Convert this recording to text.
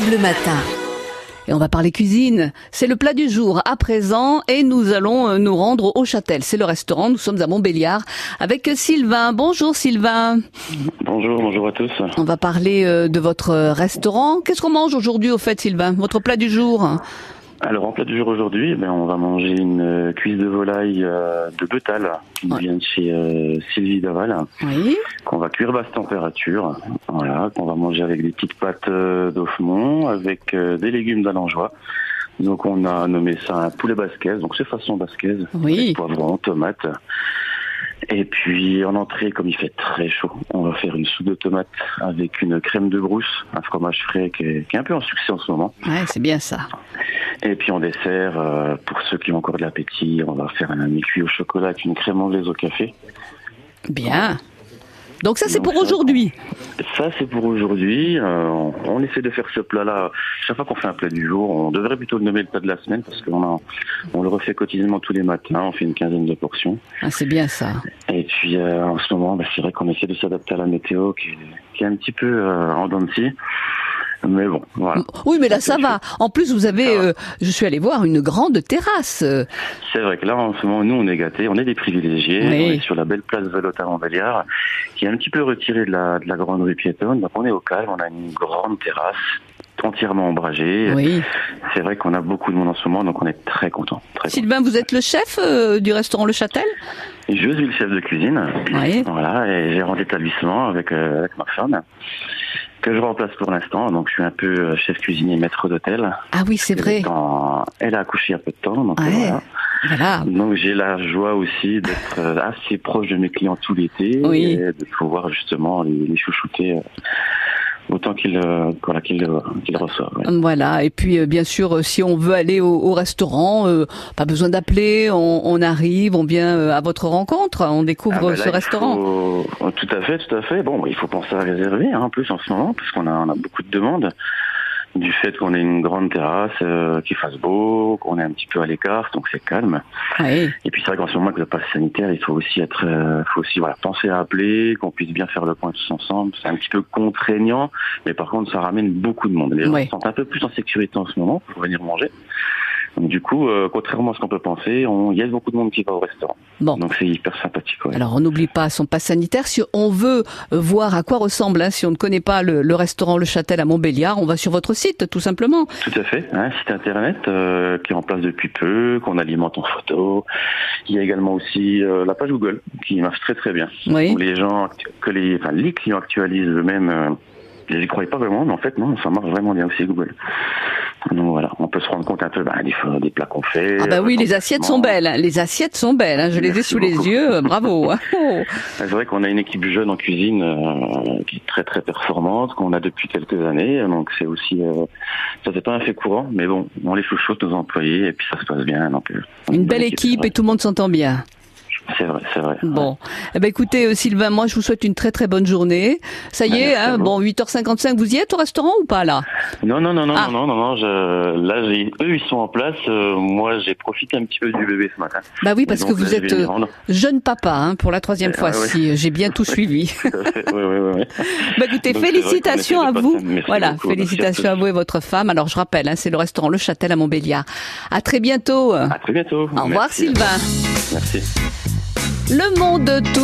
Bleu Matin. Et on va parler cuisine. C'est le plat du jour à présent et nous allons euh, nous rendre au Châtel. C'est le restaurant. Nous sommes à Montbéliard avec Sylvain. Bonjour Sylvain. Bonjour, bonjour à tous. On va parler euh, de votre restaurant. Qu'est-ce qu'on mange aujourd'hui au fait Sylvain Votre plat du jour Alors en plat du jour aujourd'hui, eh ben, on va manger une euh, cuisse de volaille euh, de Betal qui nous Ouais. vient de chez euh, Sylvie Daval, Oui. qu'on va cuire basse température, voilà, qu'on va manger avec des petites pâtes euh, d'offemont, avec euh, des légumes d'alangeois. Donc on a nommé ça un poulet basquaise, donc c'est façon basquaise, Oui. poivrons, tomates. Et puis en entrée, comme il fait très chaud, on va faire une soupe de tomates avec une crème de brousse, un fromage frais qui est- qui est un peu en succès en ce moment. Ouais, c'est bien ça. Et puis en dessert, euh, pour ceux qui ont encore de l'appétit, on va faire un mi-cuit au chocolat avec une crème anglaise au café. Bien. Donc ça c'est Donc, pour ça- aujourd'hui. Ça, c'est pour aujourd'hui. Euh, on, on essaie de faire ce plat-là. Chaque fois qu'on fait un plat du jour, on devrait plutôt le nommer le plat de la semaine parce qu'on en- on le refait quotidiennement tous les matins. On fait une quinzaine de portions. Ah, c'est bien ça. Et puis euh, en ce moment, bah, c'est vrai qu'on essaie de s'adapter à la météo qui, est- qui est un petit peu euh, en dents de scie. Mais bon, voilà. Oui mais là ça va. En plus vous avez, Ça va. euh, je suis allée voir une grande terrasse. euh, C'est vrai que là, en ce moment, nous, on est gâtés, on est des privilégiés. Oui. On est sur la belle place Velotin en Béliard, qui est un petit peu retirée de la, de la grande rue piétonne. Donc, on est au calme, on a une grande terrasse entièrement ombragée. Oui. C'est vrai qu'on a beaucoup de monde en ce moment, donc on est très content. Très content. Sylvain, vous êtes le chef euh, du restaurant Le Châtel Je suis le chef de cuisine. Oui. Voilà, et gérant d'établissement avec, euh, avec ma femme, que je remplace pour l'instant. Donc, je suis un peu euh, chef cuisinier, maître d'hôtel. Ah oui, c'est Elle vrai. est en- Elle a accouché il y a peu de temps, donc Ah euh, Ouais. voilà. Voilà. Donc j'ai la joie aussi d'être euh, assez proche de mes clients tout l'été Oui. et de pouvoir justement les, les chouchouter euh, autant qu'ils euh, voilà, qu'ils euh, qu'ils reçoivent. ouais. Voilà. Et puis, euh, bien sûr, euh, si on veut aller au, au restaurant, euh, pas besoin d'appeler. On, on arrive, on vient euh, à votre rencontre, on découvre euh, Ah bah là, ce il restaurant. faut- euh, Tout à fait, tout à fait. Bon, bah, il faut penser à réserver hein, en plus en ce moment parce qu'on a, on a beaucoup de demandes du fait qu'on ait une grande terrasse, euh, qu'il fasse beau, qu'on est un petit peu à l'écart, donc c'est calme. Oui. Et puis c'est vrai qu'en ce moment avec le pass sanitaire, il faut aussi être, euh, faut aussi voilà, penser à appeler, qu'on puisse bien faire le point tous ensemble. C'est un petit peu contraignant, mais par contre ça ramène beaucoup de monde. Les Ouais. gens sont un peu plus en sécurité en ce moment pour venir manger. Donc du coup, euh, contrairement à ce qu'on peut penser, on- il y a beaucoup de monde qui va au restaurant. Bon. Donc c'est hyper sympathique. Ouais. Alors, on n'oublie pas son pass sanitaire. Si on veut euh, voir à quoi ressemble, hein, si on ne connaît pas le, le restaurant Le Châtel à Montbéliard, on va sur votre site, tout simplement. Tout à fait. Un site internet euh, qui est en place depuis peu, qu'on alimente en photo. Il y a également aussi euh, la page Google qui marche très très bien. Oui. où les gens, actu- que les, enfin, les clients actualisent eux-mêmes. euh, je n'y croyais pas vraiment, mais en fait, non, ça marche vraiment bien aussi, Google. Donc voilà, on peut se rendre compte un peu bah, des, des plats qu'on fait. euh, Ah bah oui, les assiettes sont belles. hein. Les assiettes sont belles. hein. Je les ai Merci sous beaucoup. les yeux. Bravo. hein. Oh. Bah, C'est vrai qu'on a une équipe jeune en cuisine euh, qui est très très performante, qu'on a depuis quelques années. Donc c'est aussi, euh, ça c'est pas un fait courant, mais bon, on les chouchoute nos employés et puis ça se passe bien. Donc, euh, on est Une belle équipe et tout le monde s'entend bien. C'est vrai, c'est vrai. Bon, eh ben écoutez euh, Sylvain, moi je vous souhaite une très très bonne journée. Ça y Ah, est, merci hein, à vous. bon 8h55, vous y êtes au restaurant ou pas là Non, non, non, non, Ah. non, non, non, je, là, j'ai, eux, ils sont en place. euh, moi, j'ai profité un petit peu du bébé ce matin. Bah oui, parce Et que donc, là, vous je vais êtes m'y euh, rendre. jeune papa hein, pour la troisième Ah, fois, ouais. si euh, j'ai bien tout suivi. Tout à fait. Ouais, ouais, ouais, ouais. bah écoutez, Donc, c'est vrai félicitations qu'on à essaie de vous. passer- merci voilà, beaucoup, merci à félicitations à tous. vous et votre femme. Alors je rappelle, hein, c'est le restaurant Le Châtel à Montbéliard. À très bientôt. Ah, À très bientôt. Au revoir Merci. Sylvain. Merci. Le monde tout.